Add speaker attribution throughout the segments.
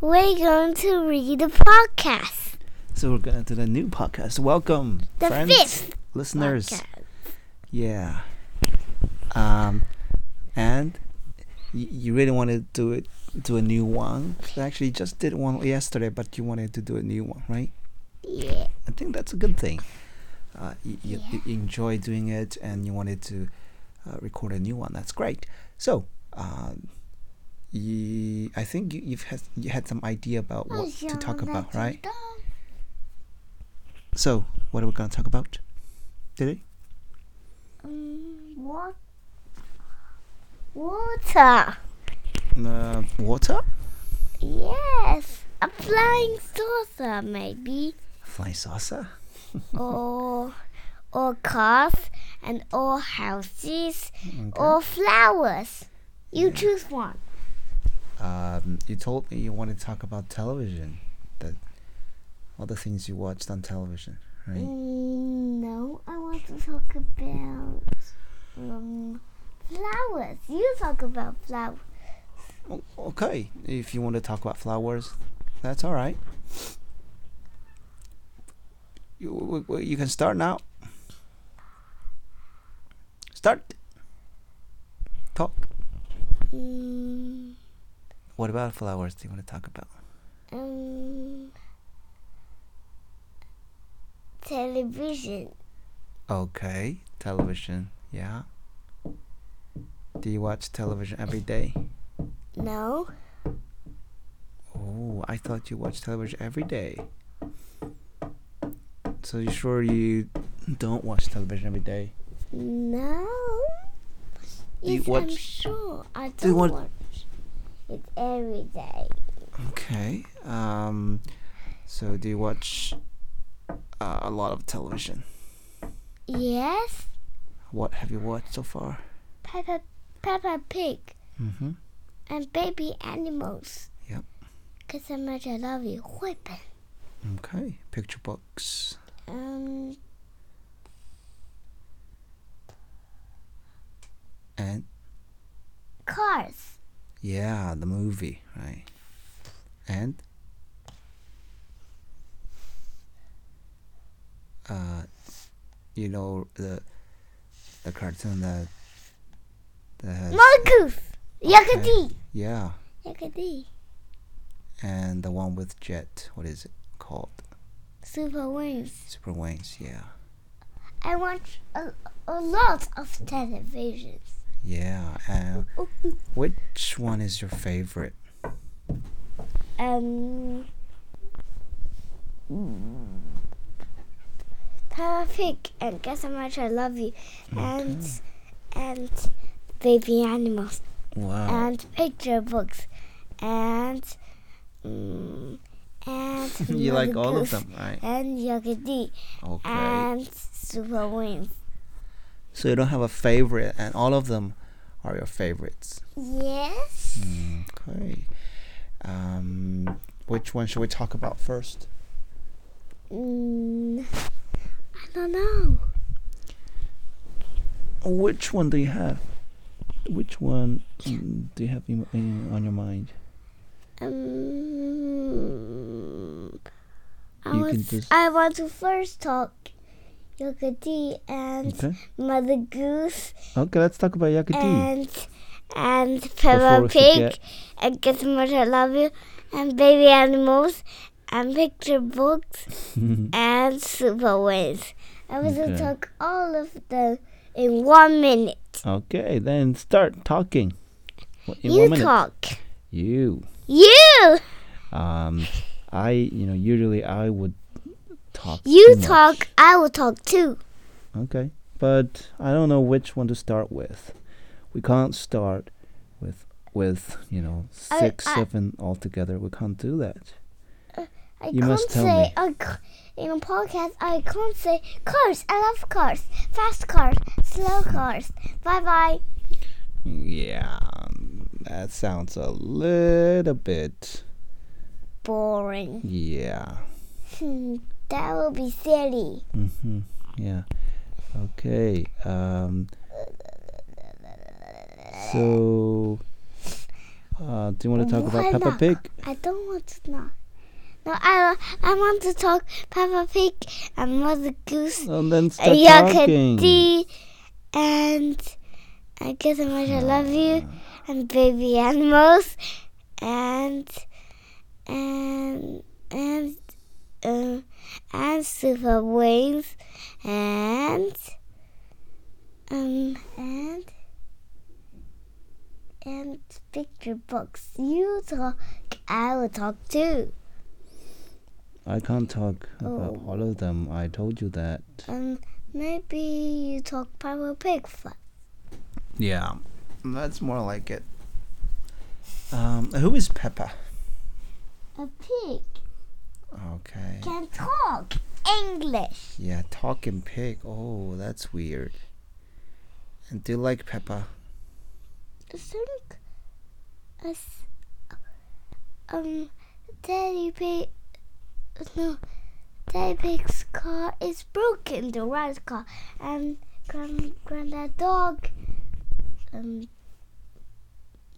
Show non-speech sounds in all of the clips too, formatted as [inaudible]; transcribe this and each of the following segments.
Speaker 1: We're going to read the podcast.
Speaker 2: So we're going to the new podcast. Welcome,
Speaker 1: The
Speaker 2: friends,
Speaker 1: fifth
Speaker 2: listeners.
Speaker 1: podcast.
Speaker 2: Yeah. Um, and y- you really want to do it, do a new one. Actually, you just did one yesterday, but you wanted to do a new one, right?
Speaker 1: Yeah.
Speaker 2: I think that's a good thing. Uh, you, you,
Speaker 1: Yeah.
Speaker 2: you enjoy doing it and you wanted to uh, record a new one. That's great. So, uh, you, I think you, you've had, you had some idea about what to talk about, right? So, what are we going to talk about today?
Speaker 1: Um, wa- Water.
Speaker 2: Uh, water?
Speaker 1: Yes. A flying saucer,
Speaker 2: [laughs]
Speaker 1: maybe.
Speaker 2: Flying saucer?
Speaker 1: or, or cars and or houses
Speaker 2: Okay.
Speaker 1: or flowers. You choose one.
Speaker 2: Um, you told me you wanted to talk about television, that all the things you watched on television, right?
Speaker 1: Mm, no, I want to talk about um, flowers. You talk about flowers.
Speaker 2: O- Oh, Okay, if you want to talk about flowers, that's all right. You, w- w- you can start now. Start. Talk.
Speaker 1: Mm,
Speaker 2: What about flowers do you want to talk about?
Speaker 1: um, television.
Speaker 2: Okay, television. Yeah. Do you watch television every day?
Speaker 1: No,
Speaker 2: Oh, I thought you watched television every day. So you sure you don't watch television every day?
Speaker 1: no.
Speaker 2: Do you
Speaker 1: Yes, I'm
Speaker 2: watch-
Speaker 1: sure. I don't
Speaker 2: do you
Speaker 1: watch.
Speaker 2: watch-
Speaker 1: it every day.
Speaker 2: Okay. Um, so do you watch uh, a lot of television?
Speaker 1: Yes,
Speaker 2: What have you watched so far?
Speaker 1: Peppa Peppa Pig
Speaker 2: Mm-hmm.
Speaker 1: and baby animals.
Speaker 2: Yep.
Speaker 1: Cause I much I love you. 绘本。
Speaker 2: Okay. Picture books.
Speaker 1: Um,
Speaker 2: And
Speaker 1: cars.
Speaker 2: yeah, the movie, right? And uh, you know the the cartoon that that has
Speaker 1: Mongoose. Yakati.
Speaker 2: yeah,
Speaker 1: Yakati.
Speaker 2: and the one with Jet. What is it called?
Speaker 1: Super wings.
Speaker 2: Super Wings. Yeah.
Speaker 1: I watch a, a lot of televisions.
Speaker 2: Yeah. Uh, which one is your favorite?
Speaker 1: Um. Peppa Pig and Guess How Much I Love You and and Baby Animals
Speaker 2: Wow.
Speaker 1: and Picture Books and mm, and
Speaker 2: [laughs] you like all of
Speaker 1: Mongoose
Speaker 2: them, right?
Speaker 1: and Yakati
Speaker 2: Okay.
Speaker 1: and Super Wings.
Speaker 2: so you don't have a favorite, and all of them are your favorites.
Speaker 1: Yes.
Speaker 2: Hmm. Okay. Um, which one should we talk about first?
Speaker 1: Mm, I don't know.
Speaker 2: Which one do you have? Which one mm, do you have in, in, on your mind?
Speaker 1: Um, I
Speaker 2: You
Speaker 1: want.
Speaker 2: can just-
Speaker 1: I want to first talk Yogati and
Speaker 2: Okay.
Speaker 1: Mother Goose
Speaker 2: Okay, let's talk about Yakati.
Speaker 1: and and
Speaker 2: Before
Speaker 1: Peppa
Speaker 2: we
Speaker 1: Pig
Speaker 2: forget.
Speaker 1: and Guess How Much I Love You and Baby Animals and Picture Books and Super Wings. I want
Speaker 2: Okay.
Speaker 1: to talk all of them in one minute.
Speaker 2: [laughs] okay, then start talking. Wha- In
Speaker 1: you
Speaker 2: one minute.
Speaker 1: talk.
Speaker 2: You.
Speaker 1: You.
Speaker 2: Um, I, you know, usually I would talk.
Speaker 1: You
Speaker 2: too much.
Speaker 1: talk. I will talk too.
Speaker 2: Okay, but I don't know which one to start with. We can't start with with you know
Speaker 1: I-
Speaker 2: six,
Speaker 1: I-
Speaker 2: seven altogether. We can't do that.
Speaker 1: I
Speaker 2: You
Speaker 1: can't
Speaker 2: must tell
Speaker 1: say
Speaker 2: me.
Speaker 1: I c- in a podcast. I can't say cars. I love cars. Fast cars. Slow cars. Bye bye.
Speaker 2: Yeah, that sounds a little bit.
Speaker 1: Boring. [laughs]
Speaker 2: Yeah.
Speaker 1: Hmm, that will be silly.
Speaker 2: Mm-hmm. Yeah. Okay. Um. So, Uh, do you want to talk about
Speaker 1: Why
Speaker 2: Peppa
Speaker 1: not?
Speaker 2: Pig?
Speaker 1: I don't want to know. No, I I want to talk Peppa Pig and Mother Goose,
Speaker 2: And then start talking.
Speaker 1: Yakati, and I guess how much I love you, and baby animals, and and and um, and super wings, and um and and picture books. You talk, I will talk too.
Speaker 2: I can't talk about
Speaker 1: Oh.
Speaker 2: all of them. I told you that.
Speaker 1: Um, maybe you talk Peppa Pig first.
Speaker 2: Yeah, that's more like it. Um, who is Peppa?
Speaker 1: A pig
Speaker 2: Okay.
Speaker 1: can talk English.
Speaker 2: Yeah, talking pig. Oh, that's weird. And do you like Peppa?
Speaker 1: I think us um Daddy Pig no Daddy Pig's car is broken, the right car, and grand granddad dog um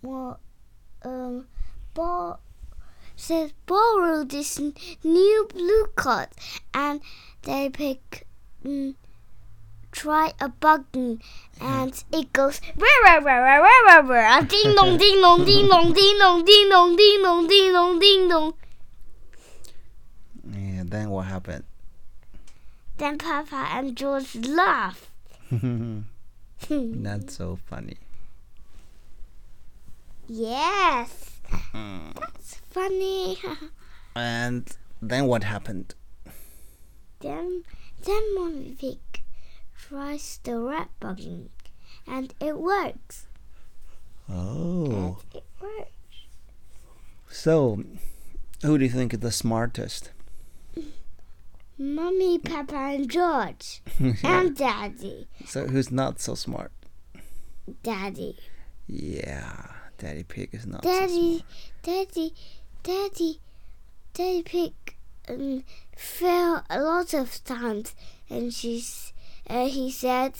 Speaker 1: well um ball says borrow this n- new blue card and Daddy Pig mm, try a button and it goes rah, rah, rah, rah, rah, rah, rah, ding dong ding dong ding dong ding dong ding dong ding dong ding dong ding dong.
Speaker 2: Yeah, then what happened? [laughs]
Speaker 1: Then Papa and George laugh.
Speaker 2: that's so funny.
Speaker 1: yes, that's funny. [laughs]
Speaker 2: And then what happened?
Speaker 1: then then Mommy Pig tries the rat button and it works.
Speaker 2: Oh.
Speaker 1: And it works.
Speaker 2: So, who do you think is the smartest? [laughs]
Speaker 1: Mommy, Papa, and George
Speaker 2: Yeah.
Speaker 1: and Daddy.
Speaker 2: So, who's not so smart?
Speaker 1: Daddy.
Speaker 2: Yeah, Daddy Pig is not so
Speaker 1: Daddy, Daddy, Daddy, Daddy Pig um, fell a lot of times, and she's, uh, he said,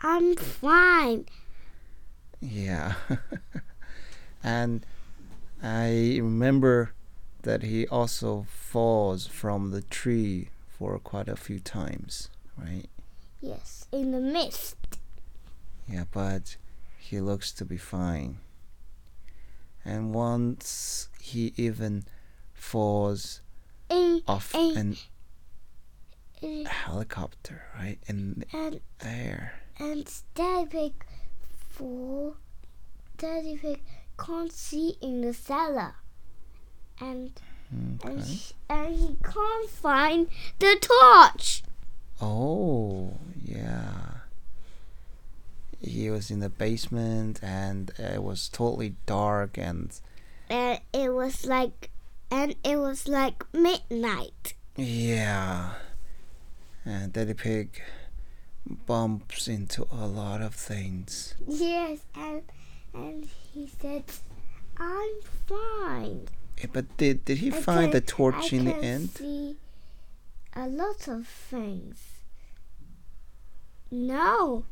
Speaker 1: "I'm fine."
Speaker 2: smart. Yeah. [laughs] and I remember that he also falls from the tree for quite a few times, right?
Speaker 1: Yes, in the mist.
Speaker 2: Yeah, but he looks to be fine. And once he even falls
Speaker 1: In,
Speaker 2: off
Speaker 1: Hey.
Speaker 2: an
Speaker 1: in,
Speaker 2: helicopter, right? In
Speaker 1: and
Speaker 2: the air.
Speaker 1: and Daddy Pig fall. Daddy Pig can't see in the cellar, and and,
Speaker 2: Okay.
Speaker 1: sh- and he can't find the torch.
Speaker 2: Oh, yeah. He was in the basement and it was totally dark and
Speaker 1: and it was like and it was like midnight
Speaker 2: yeah. And Daddy Pig bumps into a lot of things.
Speaker 1: yes and and he said i'm fine
Speaker 2: Eh, But did did he
Speaker 1: I
Speaker 2: find the
Speaker 1: can-
Speaker 2: torch
Speaker 1: I
Speaker 2: in the
Speaker 1: can
Speaker 2: end?
Speaker 1: see a lot of things no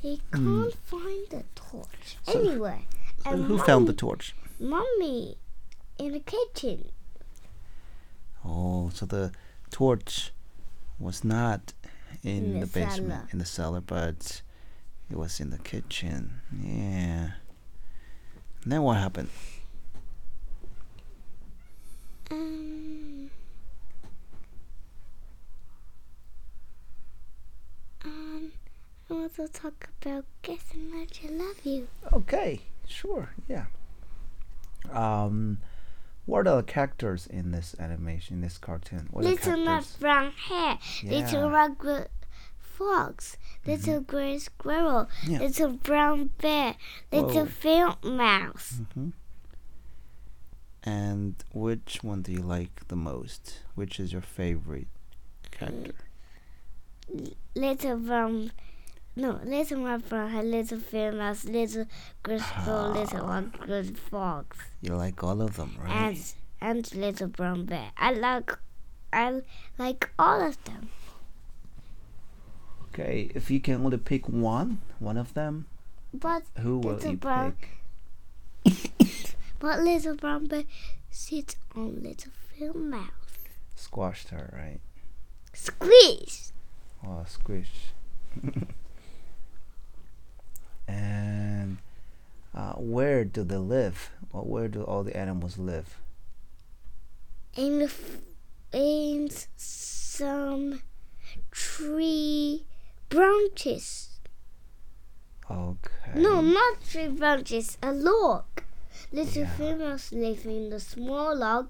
Speaker 1: he can't find the torch
Speaker 2: Hmm. So-
Speaker 1: anywhere and
Speaker 2: Who found the
Speaker 1: Mom-
Speaker 2: torch?
Speaker 1: mommy in the kitchen
Speaker 2: Oh, so the torch was not in,
Speaker 1: In the
Speaker 2: the, basement
Speaker 1: cellar.
Speaker 2: in the cellar, but it was in the kitchen. Yeah. And then what happened?
Speaker 1: Um, um, I want to talk about guess how much I love you.
Speaker 2: Okay, sure, yeah. Um, what are the characters in this animation, this cartoon? What
Speaker 1: little
Speaker 2: are
Speaker 1: red brown hair, little
Speaker 2: Yeah. Mm-hmm.
Speaker 1: red gr- fox, little gray squirrel,
Speaker 2: Yeah.
Speaker 1: little brown bear,
Speaker 2: Whoa.
Speaker 1: little field mouse.
Speaker 2: hmm And which one do you like the most? Which is your favorite character?
Speaker 1: little brown no, little red brown hair, little field mouse, little gray squirrel, little red gray fox.
Speaker 2: You like all of them, right?
Speaker 1: Mm. and and little brown bear. I like I like all of them.
Speaker 2: Okay, if you can only pick one, one of them,
Speaker 1: But
Speaker 2: who will
Speaker 1: Little
Speaker 2: you
Speaker 1: brown-
Speaker 2: pick?
Speaker 1: [laughs] But little brown bear sits on little Phil's mouth.
Speaker 2: Squashed her, right?
Speaker 1: Squeeze.
Speaker 2: Oh, squish. [laughs] and uh, where do they live? Well, where do all the animals live?
Speaker 1: In the f- in some tree branches.
Speaker 2: Okay.
Speaker 1: No, not tree branches, a log. Little
Speaker 2: Yeah.
Speaker 1: females live in the small log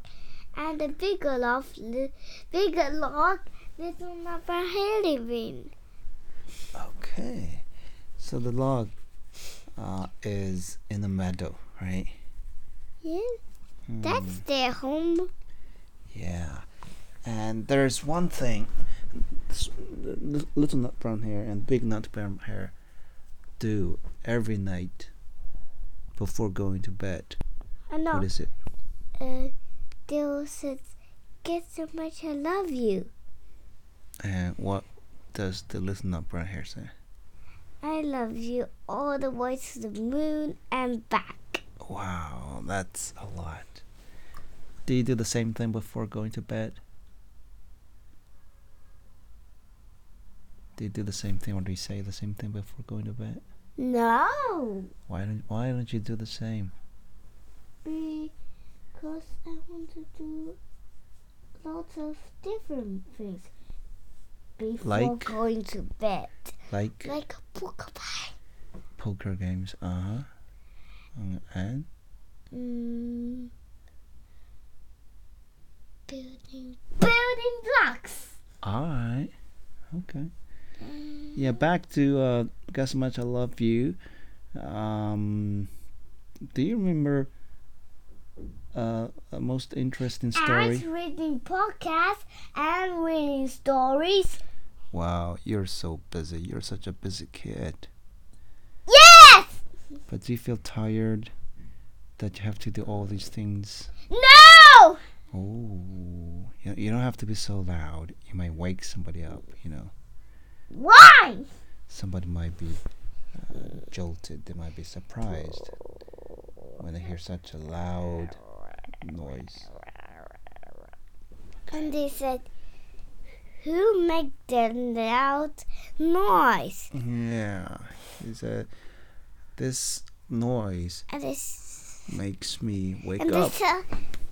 Speaker 1: and the bigger log, li- bigger log, little number here living.
Speaker 2: Okay. So the log uh, is in the meadow, right?
Speaker 1: Yeah,
Speaker 2: Hmm,
Speaker 1: that's their home.
Speaker 2: yeah. And there's one thing. s- the li- Little nut brown hair and big nut brown hair do every night before going to bed.
Speaker 1: I know.
Speaker 2: What is it?
Speaker 1: uh, Dale says, "Get so much I love you.
Speaker 2: And what does the little nut brown hair say?
Speaker 1: I love you all the way to the moon and back."
Speaker 2: Wow, that's a lot. Do you do the same thing before going to bed? Do you do the same thing, or do you say the same thing before going to bed?
Speaker 1: No,
Speaker 2: Why don't Why don't you do the same?
Speaker 1: because I want to do lots of different things before
Speaker 2: Like?
Speaker 1: going to bed,
Speaker 2: Like
Speaker 1: like a book pie.
Speaker 2: poker games, uh huh. And
Speaker 1: Mm. Building, building blocks.
Speaker 2: alright, okay. Yeah, back to uh, "Guess How Much I Love You." Um, do you remember uh, a most interesting story?
Speaker 1: And reading podcasts and reading stories.
Speaker 2: Wow, you're so busy. You're such a busy kid.
Speaker 1: Yes!
Speaker 2: But do you feel tired that you have to do all these things?
Speaker 1: No!
Speaker 2: Oh, you, you don't have to be so loud. You might wake somebody up, you know.
Speaker 1: Why?
Speaker 2: Somebody might be uh, jolted, they might be surprised when they hear such a loud noise.
Speaker 1: And they said, Who make the loud noise?
Speaker 2: Yeah, he said, This noise
Speaker 1: And this,
Speaker 2: makes me wake
Speaker 1: and they
Speaker 2: up.
Speaker 1: said,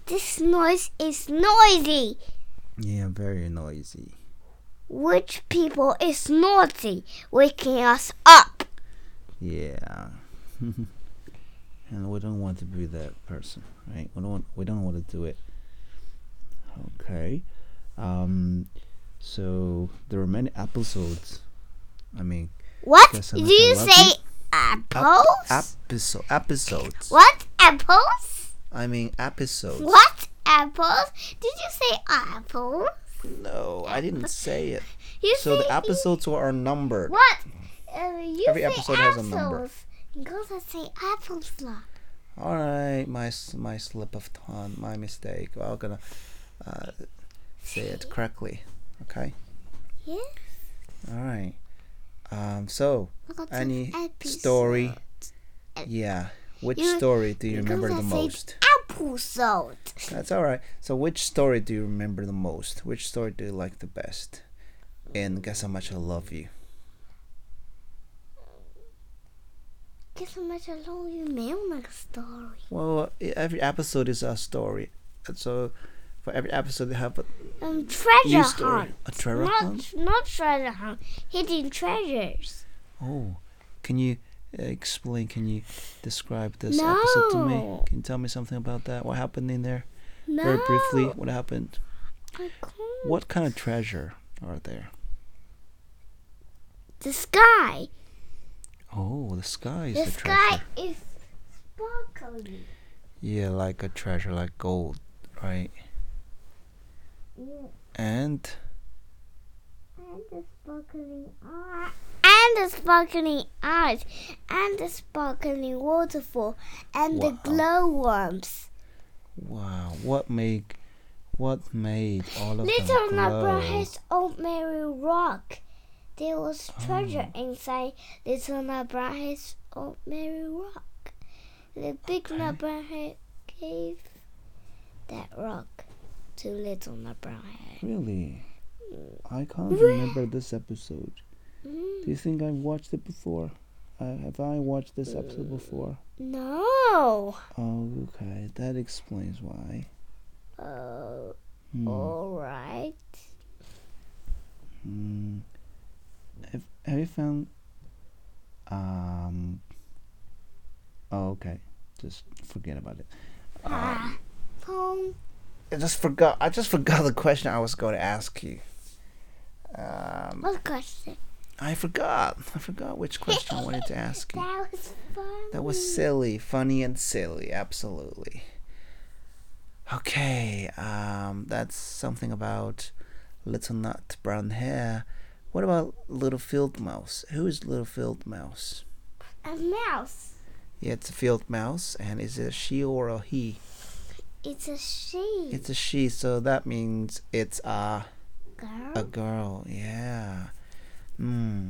Speaker 1: This noise is noisy.
Speaker 2: Yeah, very noisy.
Speaker 1: Which people is naughty, waking us up?
Speaker 2: Yeah. [laughs] and we don't want to be that person, right? We don't want, we don't want to do it. Okay. Um so there were many episodes. I mean,
Speaker 1: What?
Speaker 2: Guess how
Speaker 1: Do
Speaker 2: much I
Speaker 1: you
Speaker 2: love
Speaker 1: say
Speaker 2: you.
Speaker 1: apples?
Speaker 2: episode episodes.
Speaker 1: what apples?
Speaker 2: I mean episodes.
Speaker 1: What apples? Did you say apples?
Speaker 2: No, I didn't say it.
Speaker 1: You
Speaker 2: So the
Speaker 1: say-
Speaker 2: episodes were are numbered.
Speaker 1: What? Uh, you
Speaker 2: Every
Speaker 1: say
Speaker 2: episode has
Speaker 1: apples.
Speaker 2: a number.
Speaker 1: Because I say apples a lot.
Speaker 2: All right, my s- my slip of tongue, my mistake. I'm gonna uh, say it correctly. Okay.
Speaker 1: Yeah.
Speaker 2: All right. Um. So.
Speaker 1: Lots of
Speaker 2: any
Speaker 1: episodes.
Speaker 2: story.
Speaker 1: Ep-
Speaker 2: Yeah. Which
Speaker 1: You-
Speaker 2: story do you
Speaker 1: Because
Speaker 2: remember
Speaker 1: I
Speaker 2: the
Speaker 1: say
Speaker 2: most?
Speaker 1: Episode.
Speaker 2: That's all right. So, which story do you remember the most? Which story do you like the best? And guess how much I love you.
Speaker 1: Guess how much I love you mailman story.
Speaker 2: Well, e- every episode is a story. And So, for every episode, they have a
Speaker 1: Um, treasure
Speaker 2: new story.
Speaker 1: hunt.
Speaker 2: A treasure
Speaker 1: not,
Speaker 2: hunt.
Speaker 1: Not treasure hunt. Hidden treasures.
Speaker 2: Oh, can you uh, explain? Can you describe this episode to me?
Speaker 1: No.
Speaker 2: Can you tell me something about that? What happened in there?
Speaker 1: No.
Speaker 2: Very briefly, what happened?
Speaker 1: I can't.
Speaker 2: What kind of treasure are there?
Speaker 1: The sky.
Speaker 2: Oh, the sky is
Speaker 1: The
Speaker 2: the
Speaker 1: sky
Speaker 2: treasure.
Speaker 1: is sparkling.
Speaker 2: Yeah, like a treasure, like gold, right?
Speaker 1: Ooh,
Speaker 2: And
Speaker 1: And the sparkling eye. And the sparkling eyes. And the sparkling waterfall. And the
Speaker 2: Wow.
Speaker 1: glowworms.
Speaker 2: wow, what made what made all of
Speaker 1: Little
Speaker 2: them glow?
Speaker 1: Nabra has old Mary Rock. There was
Speaker 2: Hmm.
Speaker 1: treasure inside Little Nabra has old Mary Rock. The big
Speaker 2: Okay.
Speaker 1: Nabra gave that rock to Little Nut Brown Hair.
Speaker 2: Really? Uh, I can't
Speaker 1: Where-
Speaker 2: remember this episode.
Speaker 1: Mm.
Speaker 2: Do you think I've watched it before? Uh, have I watched this episode before?
Speaker 1: No.
Speaker 2: Oh, okay. That explains why.
Speaker 1: Oh,
Speaker 2: Hmm.
Speaker 1: all right.
Speaker 2: Hmm. Have, have you found. Um. Oh, okay. Just forget about it.
Speaker 1: Ah, phone.
Speaker 2: I just forgot. I just forgot the question I was going to ask you. Um,
Speaker 1: What question?
Speaker 2: I forgot. I forgot which question I wanted to ask you.
Speaker 1: That was fun.
Speaker 2: That was silly, funny and silly, absolutely. Okay, um, that's something about Little Nut Brown Hair. What about Little Field Mouse? Who is Little Field Mouse?
Speaker 1: a mouse.
Speaker 2: Yeah, it's a field mouse, and is it a she or a he?
Speaker 1: It's a she.
Speaker 2: It's a she, so that means it's a
Speaker 1: girl.
Speaker 2: a girl. Yeah. Hmm.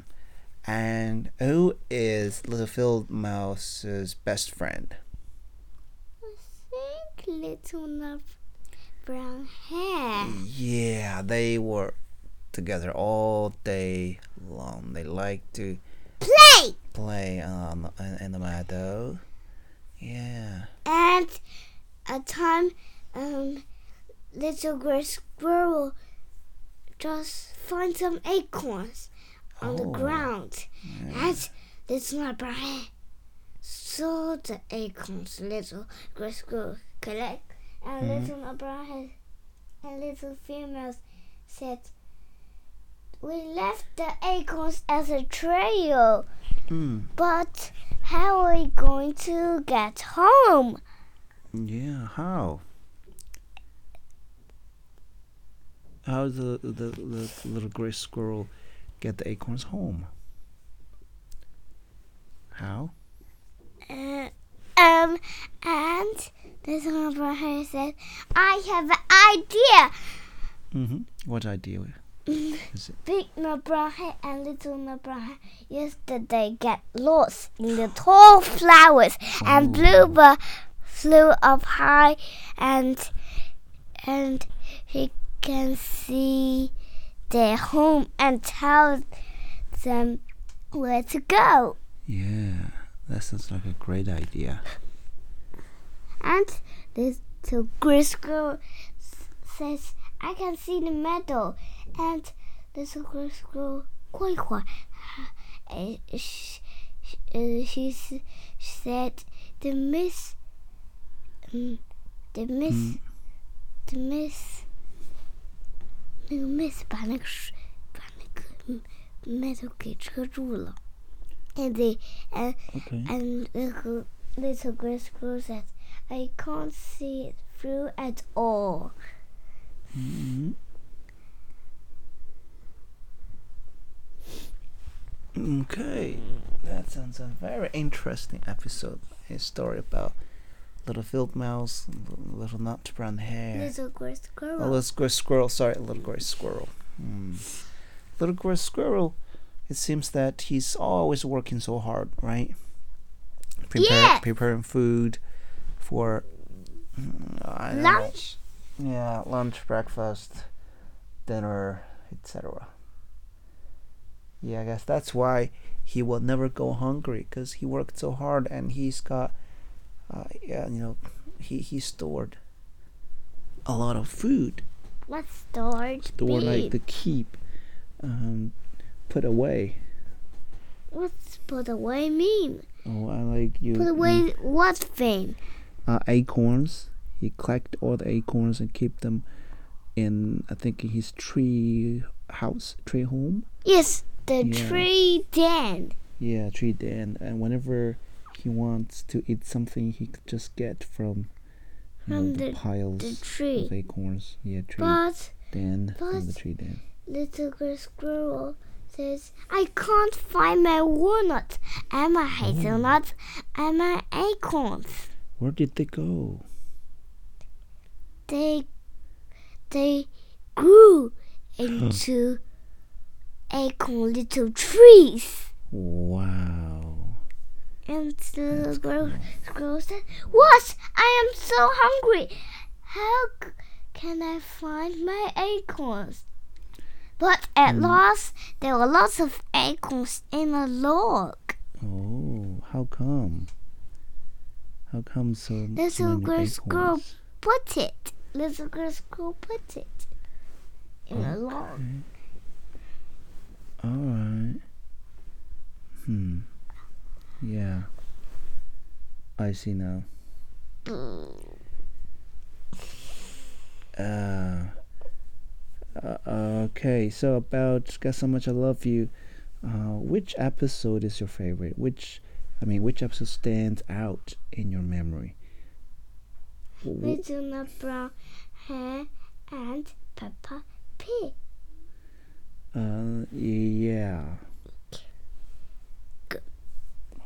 Speaker 2: And who is Little Field Mouse's best friend?
Speaker 1: I think little nut brown hair.
Speaker 2: Yeah, they were together all day long. They like to
Speaker 1: Play
Speaker 2: play on in, in the meadow. Yeah.
Speaker 1: and a time um little gray squirrel just find some acorns on the
Speaker 2: Oh.
Speaker 1: ground
Speaker 2: yeah.
Speaker 1: and little nut brown hair saw the acorns little gray squirrel collect and
Speaker 2: Mhm.
Speaker 1: little nut brown hair and little females said we left the acorns as a trail
Speaker 2: Mm,
Speaker 1: But how are we going to get home?
Speaker 2: yeah. How? How did the, the the little gray squirrel get the acorns home? How?
Speaker 1: Uh, um, and this one over here said, I have an idea.
Speaker 2: Mm-hmm. What idea? Is it?
Speaker 1: Big Nut Brown Hair and Little Nut Brown Hair yesterday get lost in the tall flowers, and
Speaker 2: Ooh.
Speaker 1: Bluebird flew up high, and and he can see their home and tell them where to go.
Speaker 2: Yeah, that sounds like a great idea.
Speaker 1: And this so Grisco says, I can see the meadow. And little Grisco, quite quiet. Uh, she, uh, she s- said, the miss, mm, the miss,
Speaker 2: Mm.
Speaker 1: the miss, the miss 把那个水-把那个 meadow 给遮住了。And they, and
Speaker 2: Okay.
Speaker 1: and little, little gray squirrel says, I can't see it through at all.
Speaker 2: Mm. Okay, that sounds a very interesting episode. A story about little field mouse, l- little nut brown hair,
Speaker 1: Little gray
Speaker 2: a
Speaker 1: squirrel.
Speaker 2: little gray squirrel. Sorry, a little gray squirrel. Hmm. Little gray squirrel. It seems that he's always working so hard, right?
Speaker 1: Yeah.
Speaker 2: Preparing food for mm, I don't know.
Speaker 1: Lunch?
Speaker 2: Yeah, lunch, breakfast, dinner, etc. Yeah, I guess that's why he will never go hungry because he worked so hard and he's got, uh, yeah, you know, he, he stored a lot of food.
Speaker 1: What storage?
Speaker 2: Stored like
Speaker 1: beef?
Speaker 2: the keep, um, put away.
Speaker 1: What's put away mean?
Speaker 2: Oh, I like you.
Speaker 1: Put
Speaker 2: you-
Speaker 1: away what thing?
Speaker 2: uh, acorns. He collect all the acorns and keep them in, I think, in his tree house, tree home.
Speaker 1: Yes, the
Speaker 2: Yeah. Mm.
Speaker 1: tree den.
Speaker 2: Yeah, tree den, and whenever he wants to eat something, he could just get from, you know,
Speaker 1: From
Speaker 2: the,
Speaker 1: the-
Speaker 2: piles
Speaker 1: The tree.
Speaker 2: of acorns. Yeah, tree
Speaker 1: But
Speaker 2: den from the
Speaker 1: but-
Speaker 2: tree den.
Speaker 1: little gray squirrel says, I can't find my walnut. I'm a hazelnut. I'm an acorns.
Speaker 2: Where did they go?
Speaker 1: they they grew into acorn little trees
Speaker 2: Wow,
Speaker 1: And the little girl, girl said, What? I am so hungry. How c- can I find my acorns? But at last, there were lots of acorns in a log.
Speaker 2: Oh, how come? How come so m-
Speaker 1: There's a
Speaker 2: many
Speaker 1: girl's girl.
Speaker 2: acorns?
Speaker 1: Put it. Little girl squirrel put it in a log.
Speaker 2: All right. Hmm. Yeah. I see now. Uh, uh, okay, so about Got So Much I Love You, uh, which episode is your favorite? Which, I mean, which episode stands out in your memory? W-
Speaker 1: With a brown hair and Peppa Pig.
Speaker 2: Uh, yeah.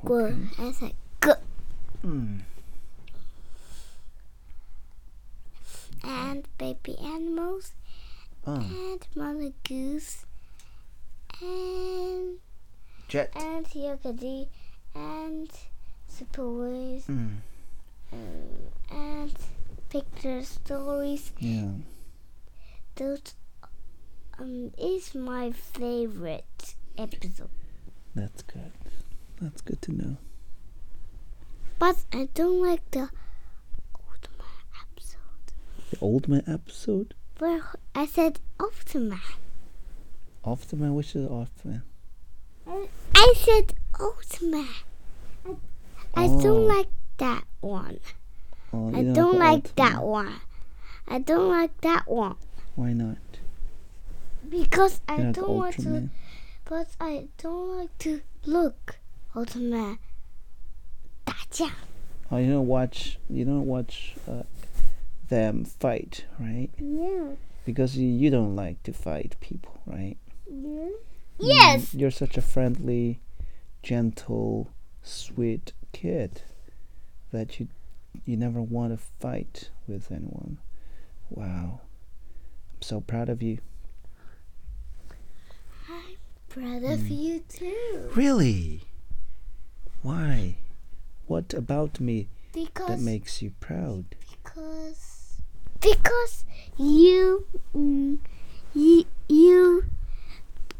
Speaker 1: Good. I said good.
Speaker 2: Mm.
Speaker 1: And baby animals.
Speaker 2: Oh,
Speaker 1: And Mother Goose. And
Speaker 2: Jet.
Speaker 1: and Yogi and Super Wings
Speaker 2: Mm.
Speaker 1: um, and picture stories.
Speaker 2: Yeah.
Speaker 1: Those um is my favorite episode.
Speaker 2: That's good. That's good to know.
Speaker 1: But I don't like the Ultima episode.
Speaker 2: The Old Man episode?
Speaker 1: Where I said Ultima.
Speaker 2: Off the Man? Which is Off the Man?
Speaker 1: I said Ultima. I
Speaker 2: Oh.
Speaker 1: don't like that one.
Speaker 2: Oh, you
Speaker 1: I
Speaker 2: the
Speaker 1: don't
Speaker 2: Old
Speaker 1: like that
Speaker 2: Man.
Speaker 1: one. I don't like that one
Speaker 2: Why not?
Speaker 1: because I
Speaker 2: You like
Speaker 1: don't want to.
Speaker 2: Ultraman?
Speaker 1: But I don't like to look Ultima. 打架.
Speaker 2: Oh, you don't watch. You don't watch uh, them fight, right?
Speaker 1: Yeah.
Speaker 2: Because you, you don't like to fight people, right?
Speaker 1: Yes.
Speaker 2: You're such a friendly, gentle, sweet kid that you you never want to fight with anyone. Wow, I'm so proud of you.
Speaker 1: Proud of
Speaker 2: Mm.
Speaker 1: you too.
Speaker 2: Really? Why? What about me that
Speaker 1: Because
Speaker 2: makes you proud?
Speaker 1: because because you mm, you you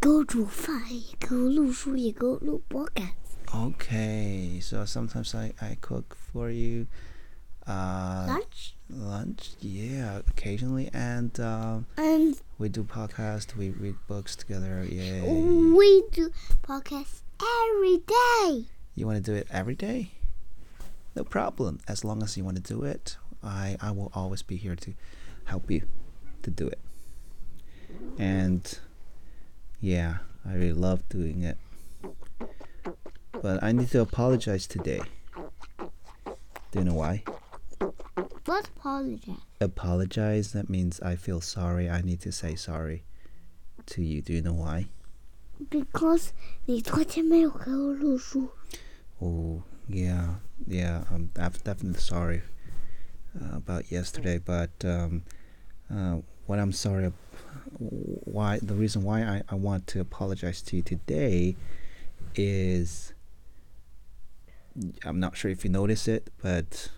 Speaker 1: go 煮饭，也给我录书，也给我录播感。
Speaker 2: Okay, so sometimes I, I cook for you. Uh,
Speaker 1: Lunch
Speaker 2: lunch yeah occasionally and um,
Speaker 1: and
Speaker 2: we do podcast we read books together yeah
Speaker 1: we do podcast every day.
Speaker 2: you want to do it every day no problem as long as you want to do it i i will always be here to help you to do it and yeah i really love doing it but i need to apologize today do you know why
Speaker 1: What apologize?
Speaker 2: apologize that means i feel sorry i need to say sorry to you do you know why
Speaker 1: Because 你昨天没有给我录书。
Speaker 2: oh yeah yeah i'm def- definitely sorry uh, about yesterday but um, uh, what i'm sorry ab- why the reason why I, I want to apologize to you today is i'm not sure if you notice it but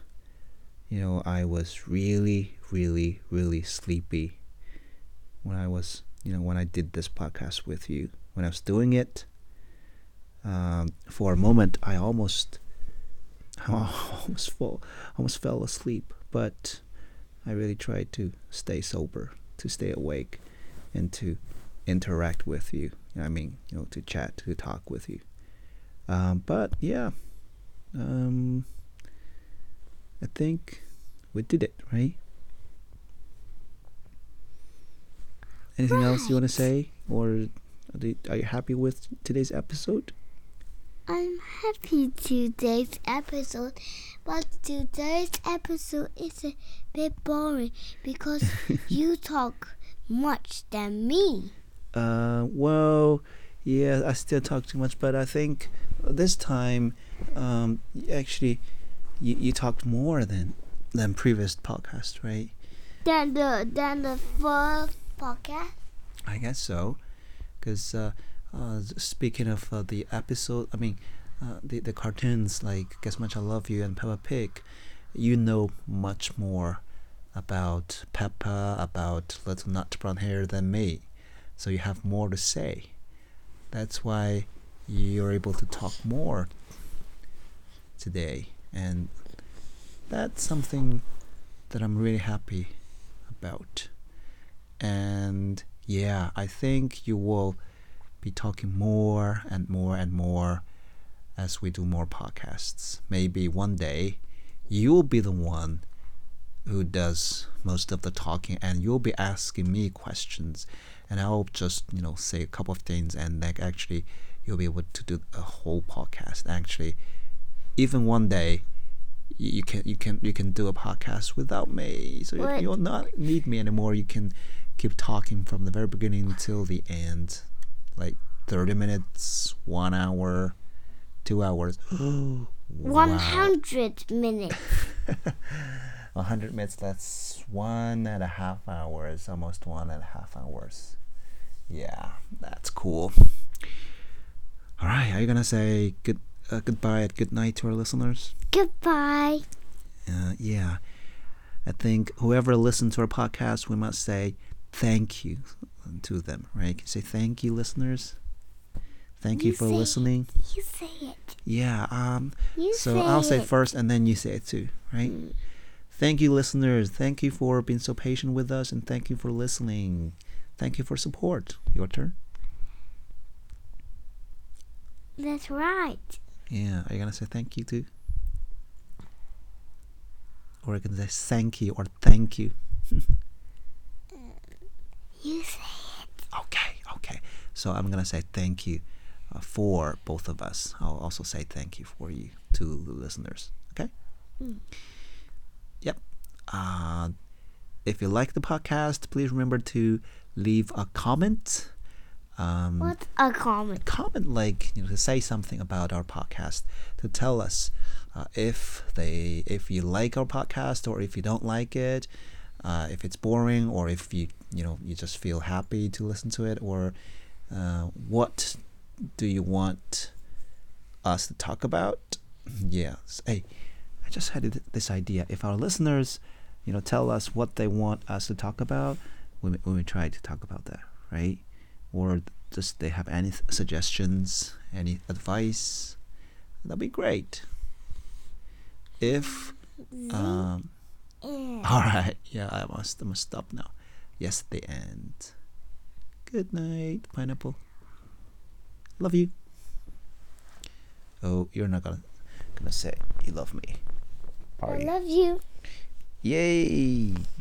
Speaker 2: you know i was really really really sleepy when I was, you know, when I did this podcast with you, when I was doing it, um, for a moment I almost, [laughs] I almost fall, almost fell asleep. But I really tried to stay sober, to stay awake, and to interact with you. You know what I mean, you know, to chat, to talk with you. Um, but yeah, um, I think we did it, right? Anything else you want to say, or are, you- are you happy with today's episode?
Speaker 1: I'm happy today's episode, but today's episode is a bit boring because you talk much than me.
Speaker 2: Uh, well, yeah, I still talk too much, but I think this time, um, y- actually, you, you talked more than than previous podcast, right?
Speaker 1: Than the than the first podcast.
Speaker 2: I guess so, because uh, uh, s- speaking of uh, the episode, I mean, uh, the the cartoons like Guess Much I Love You and Peppa Pig, you know much more about Peppa about Little Nut Brown Hair than me, so you have more to say. That's why you're able to talk more today, and that's something that I'm really happy about. And yeah, I think you will be talking more and more and more as we do more podcasts. Maybe one day you'll be the one who does most of the talking and you'll be asking me questions and I'll just, you know, say a couple of things and like actually you'll be able to do a whole podcast. Actually, even one day y- you can you can you can do a podcast without me. So you,
Speaker 1: What?
Speaker 2: you'll not need me anymore. You can keep talking from the very beginning till the end. Like 30 minutes, 1 hour, 2 hours. [gasps]
Speaker 1: One
Speaker 2: Wow.
Speaker 1: hundred minutes.
Speaker 2: 100 minutes that's one and a half hours almost one and a half hours yeah that's cool all right are you gonna say good uh, goodbye and good night to our listeners
Speaker 1: Goodbye.
Speaker 2: uh, yeah i think whoever listened to our podcast we must say thank you to them right you can say thank you listeners thank you,
Speaker 1: You
Speaker 2: for
Speaker 1: say-
Speaker 2: listening
Speaker 1: You say it.
Speaker 2: yeah um
Speaker 1: You
Speaker 2: so
Speaker 1: say
Speaker 2: I'll say
Speaker 1: it.
Speaker 2: first and then you say it too, right? Thank you, listeners. Thank you for being so patient with us and thank you for listening. Thank you for support. Your turn.
Speaker 1: That's right.
Speaker 2: Yeah. Are you going to say thank you too? Or you can say thank you or thank you.
Speaker 1: You
Speaker 2: Mm.
Speaker 1: say
Speaker 2: Okay. Okay. So I'm going to say thank you uh, for both of us. I'll also say thank you for you to the listeners. Okay?
Speaker 1: Mm.
Speaker 2: Yep. Uh, if you like the podcast, please remember to leave a comment. Um,
Speaker 1: what's a comment?
Speaker 2: comment like you know to say something about our podcast to tell us uh, if they if you like our podcast or if you don't like it uh, if it's boring or if you you know you just feel happy to listen to it or uh, what do you want us to talk about yes hey i just had th- this idea if our listeners you know tell us what they want us to talk about when we, when we try to talk about that right or just they have any th- suggestions, any advice, that'd be great. If um,
Speaker 1: Yeah.
Speaker 2: all right, yeah, I must I must stop now. Yes, the end. Good night, pineapple. Love you. Oh, you're not gonna gonna say you love me, are
Speaker 1: I
Speaker 2: you?
Speaker 1: love you.
Speaker 2: Yay!